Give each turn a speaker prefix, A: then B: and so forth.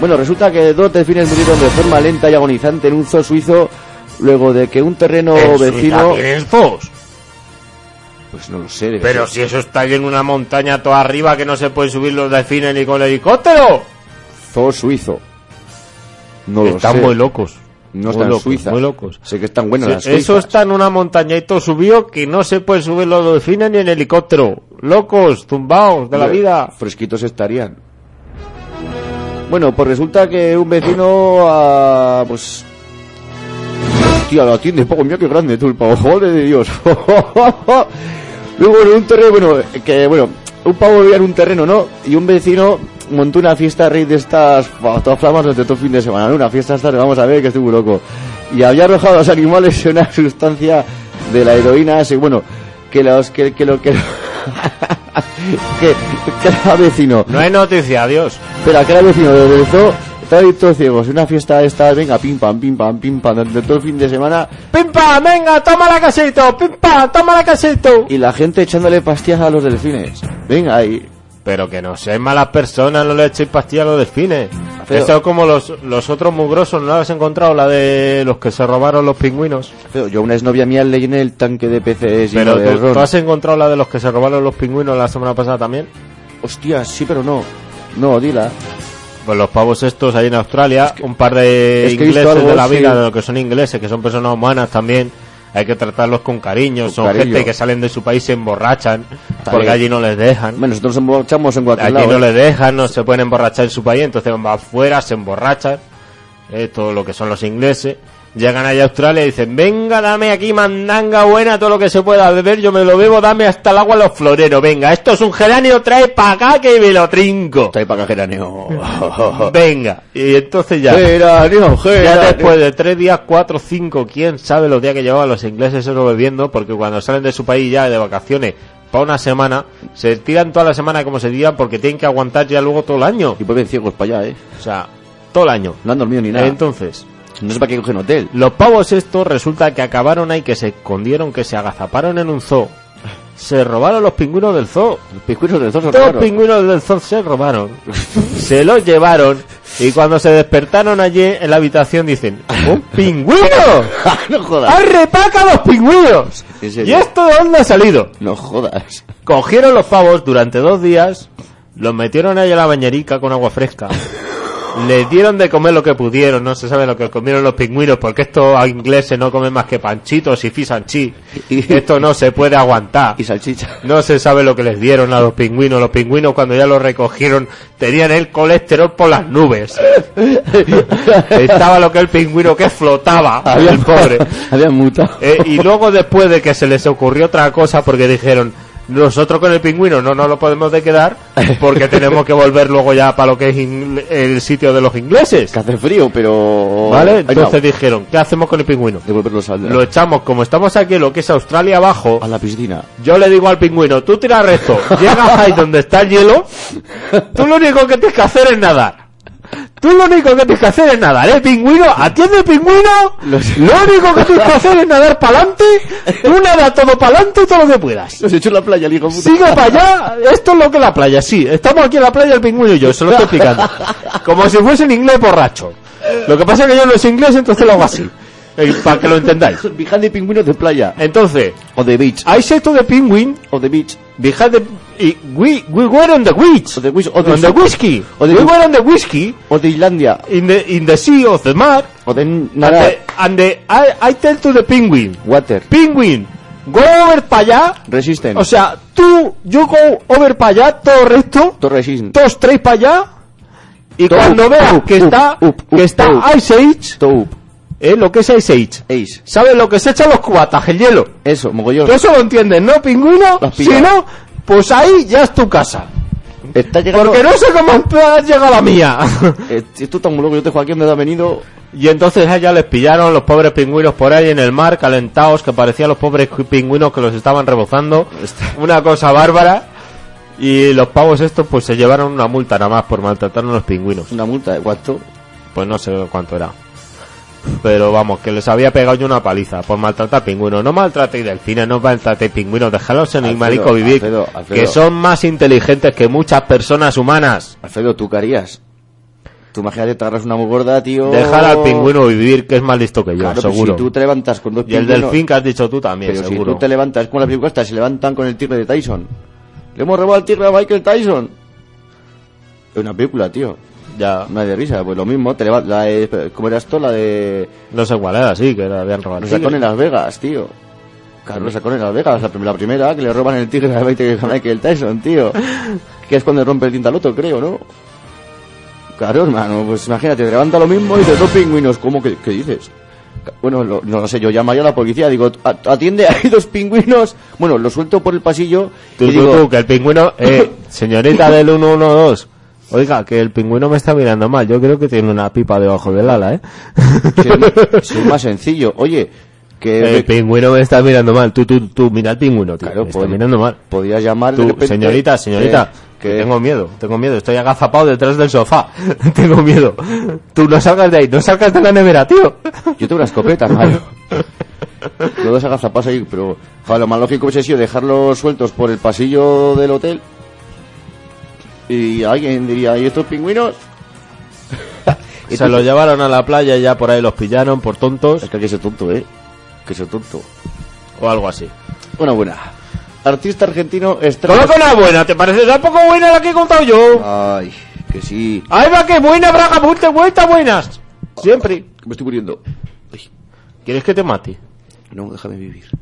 A: Bueno, resulta que Dot define el murieron de forma lenta y agonizante en un zoo suizo luego de que un terreno
B: En Suiza
A: vecino...
B: tienes zoos.
A: Pues no lo sé. debe
B: Pero
A: ser.
B: si eso está ahí en una montaña toda arriba que no se pueden subir los delfines ni con el helicóptero.
A: Zoo suizo. No lo
B: Están
A: sé.
B: muy locos.
A: No
B: muy
A: están
B: locos,
A: suizas.
B: Muy locos.
A: Sé que están buenas
B: Sí,
A: las
B: eso
A: suizas.
B: está en una montañito subido que no se pueden subir los delfines ni en helicóptero. Locos, tumbaos de la
A: Hombre,
B: vida.
A: Fresquitos estarían. Bueno, pues resulta que un vecino ah, pues Hostia, la tienda, poco mira qué grande tú, el pavo, joder de Dios. Luego en un terreno, bueno, que bueno, un pavo vivía en un terreno, ¿no? Y un vecino montó una fiesta rey de estas fa- todas flamas durante todo el fin de semana, ¿no? Una fiesta esta, vamos a ver, que estoy muy loco. Y había arrojado a los animales una sustancia de la heroína, así, bueno, que los, que, que lo, que que, que era vecino.
B: No hay noticia, adiós.
A: Pero que era vecino de Belezó, estaba ahí todos ciegos. En una fiesta esta, venga, pim pam, pim pam, pim pam, durante todo el fin de semana.
B: ¡Pim, pam! ¡Venga, toma la casito! ¡Pim, pam! ¡Toma la casito!
A: Y la gente echándole pastillas a los delfines. Venga, ahí.
B: Pero que no seáis malas personas, no le echéis pastillas a los delfines.
A: Pero-
B: Eso es como los, los otros mugrosos, ¿no habéis encontrado la de los que se robaron los pingüinos?
A: Feo, yo a una exnovia mía le llené el tanque de PCs lleno
B: Pero
A: de
B: ¿tú,
A: ron.
B: tú has e- encontrado la de los que se robaron los pingüinos la semana pasada también.
A: Hostia, sí, pero no. No, dila.
B: Pues los pavos estos ahí en Australia, un par de
A: es que he visto
B: ingleses
A: algo,
B: de la
A: sí.
B: vida, de lo que son ingleses, que son personas humanas también. Hay que tratarlos con cariño,
A: Con
B: son
A: cariño.
B: gente que salen de su país se emborrachan,
A: Tal
B: porque
A: vez.
B: allí no les dejan.
A: Bueno, nosotros emborrachamos en cualquier
B: Aquí
A: lado.
B: no
A: ¿eh?
B: les dejan, no se pueden emborrachar en su país, entonces van afuera, se emborrachan, eh, todo lo que son los ingleses. Llegan allá a Australia y dicen, venga, dame aquí mandanga buena, todo lo que se pueda beber, yo me lo bebo, dame hasta el agua a los floreros, venga, esto es un geranio, trae para acá que me lo trinco.
A: Está ahí para cajeraneo.
B: Venga, y entonces ya...
A: Geraneo,
B: Ya
A: geraneo.
B: después de tres días, cuatro, cinco, quién sabe los días que llevaban los ingleses eso bebiendo, porque cuando salen de su país ya de vacaciones para una semana, se tiran toda la semana como se tiran porque tienen que aguantar ya luego todo el año.
A: Y vuelven ciegos para allá, eh.
B: O sea, todo el año.
A: No han dormido ni nada.
B: Entonces,
A: No sé para qué cogen hotel.
B: los pavos estos resulta que acabaron ahí, que se escondieron, que se agazaparon en un zoo. Se robaron los pingüinos del zoo.
A: Los piscuitos del zoo son
B: Todos los
A: raros.
B: pingüinos del zoo se robaron. se los llevaron. Y cuando se despertaron allí en la habitación dicen, ¡Un pingüino!
A: no jodas.
B: ¡Arre, paca los pingüinos!
A: ¿En
B: ¿Y
A: serio?
B: esto de dónde ha salido?
A: No jodas.
B: Cogieron los pavos durante dos días, los metieron ahí a la bañerica con agua fresca. Les dieron de comer lo que pudieron, no se sabe lo que comieron los pingüinos, porque estos ingleses no comen más que panchitos y fisanchi.
A: Y-
B: Esto no se puede aguantar.
A: Y salchicha.
B: No se sabe lo que les dieron a los pingüinos. Los pingüinos cuando ya los recogieron tenían el colesterol por las nubes. Estaba lo que el pingüino que flotaba, el pobre.
A: Habían mutado.
B: Eh, y luego después de que se les ocurrió otra cosa porque dijeron nosotros con el pingüino no nos lo podemos de quedar porque tenemos que volver luego ya para lo que es ingle- el sitio de los ingleses
A: que hace frío, pero.
B: vale
A: Ay, no.
B: entonces dijeron qué hacemos con el pingüino
A: Devolverlos al-
B: lo echamos como estamos aquí en lo que es Australia abajo
A: a la piscina.
B: yo le digo al pingüino tú tiras recto llegas ahí donde está el hielo tú lo único que tienes que hacer es nadar Tú lo único que tienes que hacer es nadar, ¿eh, pingüino? ¿Atiende el pingüino?
A: Los-
B: Lo único que tienes que hacer es nadar para adelante. Tú nada todo para adelante y todo lo que puedas.
A: Los he hecho en la playa, el hijo puta.
B: Sigue para allá. Esto es lo que es la playa, sí. Estamos aquí en la playa el pingüino y yo, se lo estoy explicando. Como si fuese en inglés borracho. Lo que pasa es que yo no soy inglés, entonces lo hago así. eh, para que lo entendáis.
A: Behind the pingüinos de playa.
B: Entonces,
A: O de beach.
B: I said to the penguin,
A: O de beach.
B: behind the... y We, we were on the beach.
A: O de beach. O de,
B: On the whiskey.
A: O de-
B: We were on the whiskey.
A: O de Islandia.
B: In the, in the sea of the mar.
A: O de
B: And
A: Nara.
B: the, and the- I, I tell to the penguin,
A: Water.
B: penguin, go over para allá.
A: Resisten.
B: O sea, tú, yo go over para allá, todo recto,
A: To resist.
B: dos, tres para allá. Y
A: Todo
B: cuando
A: up,
B: veas
A: up,
B: que
A: up,
B: está,
A: up, up,
B: que está
A: up.
B: Ice Age,
A: To up.
B: eh, lo que es Ice Age,
A: Ace.
B: ¿sabes lo que se echan los cubatas, el hielo?
A: Eso, mogollón.
B: Tú eso lo entiendes, ¿no, pingüino?
A: Lo has
B: Si
A: pillado.
B: no, pues ahí ya es tu casa.
A: Está llegando.
B: Porque no sé cómo has llegado a la mía.
A: Eh, esto está muy loco. Yo te Joaquín, ¿dónde has venido?
B: Y entonces a ella les pillaron los pobres pingüinos por ahí en el mar, calentados, que parecían los pobres cu- pingüinos que los estaban rebozando. Una cosa bárbara. Y los pavos estos pues se llevaron una multa nada más por maltratar a los pingüinos.
A: Una multa de cuánto.
B: Pues no sé cuánto era. Pero vamos, que les había pegado yo una paliza por maltratar pingüinos. No maltratéis delfines, no maltratéis pingüinos, dejadlos en el
A: Alfredo,
B: marico vivir.
A: Alfredo, Alfredo.
B: Que son más inteligentes que muchas personas humanas.
A: Alfredo, ¿tú qué harías? Tú imagínate, te agarras una muy gorda, tío.
B: Dejar al pingüino vivir, que es más listo que yo,
A: Claro, pero
B: seguro.
A: si tú te levantas con dos
B: Y el
A: pingüinos-
B: delfín que has dicho tú también,
A: Pero
B: seguro.
A: si tú te levantas, como las películas estas, se levantan con el tigre de Tyson. Le hemos robado el tigre a Michael Tyson. Es una película, tío.
B: Ya,
A: Una de risa, pues lo mismo. Te leva- la de- ¿Cómo eras tú? La de.
B: no sé cuál era, sí, que la habían robado.
A: Lo
B: el
A: sacó
B: tigre.
A: en Las Vegas, tío. Claro, lo sacó en Las Vegas, la, prim- la primera, que le roban el tigre a Michael a Michael Tyson, tío. Que es cuando rompe el diente al otro, creo, ¿no? Claro, hermano, pues imagínate, te levanta lo mismo y dices, dos pingüinos, ¿cómo que qué dices? Ca- Bueno, lo- no lo sé, yo llamo yo a la policía, digo, "A- atiende, hay dos pingüinos. Bueno, lo suelto por el pasillo
B: Tú,
A: y
B: tú,
A: digo,
B: tú, que el pingüino, eh, señorita del 112, oiga, que el pingüino me está mirando mal, yo creo que tiene una pipa debajo del ala, ¿eh?
A: si es más- si es más sencillo, oye, que...
B: El pingüino me está mirando mal, tú, tú, tú, mira el pingüino, tío,
A: Claro,
B: me está
A: pod-
B: mirando mal.
A: Podías llamar de
B: Tú,
A: repente- eh,
B: señorita, señorita,
A: que-
B: que
A: que-
B: tengo miedo, tengo miedo, estoy agazapado detrás del sofá, tengo miedo. Tú no salgas de ahí, no salgas de la nevera, tío.
A: Yo tengo una escopeta, hermano. Todos agazapados ahí, pero joder, lo más lógico hubiese sido dejarlos sueltos por el pasillo del hotel. Y alguien diría, ¿y estos pingüinos? Y
B: Se
A: tú-
B: lo llevaron a la playa y ya por ahí los pillaron por tontos
A: Es que hay que ser tonto, ¿eh? Que ser tonto.
B: o algo así.
A: Una buena. Artista argentino estrella...
B: Coloca una buena, ¿te parece tan poco buena la que he contado yo?
A: Ay, que sí.
B: Ahí va que buena, Braga, vuelta, vuelta, buenas. Siempre.
A: Que Me estoy muriendo. Ay,
B: ¿Quieres que te mate?
A: no, déjame vivir.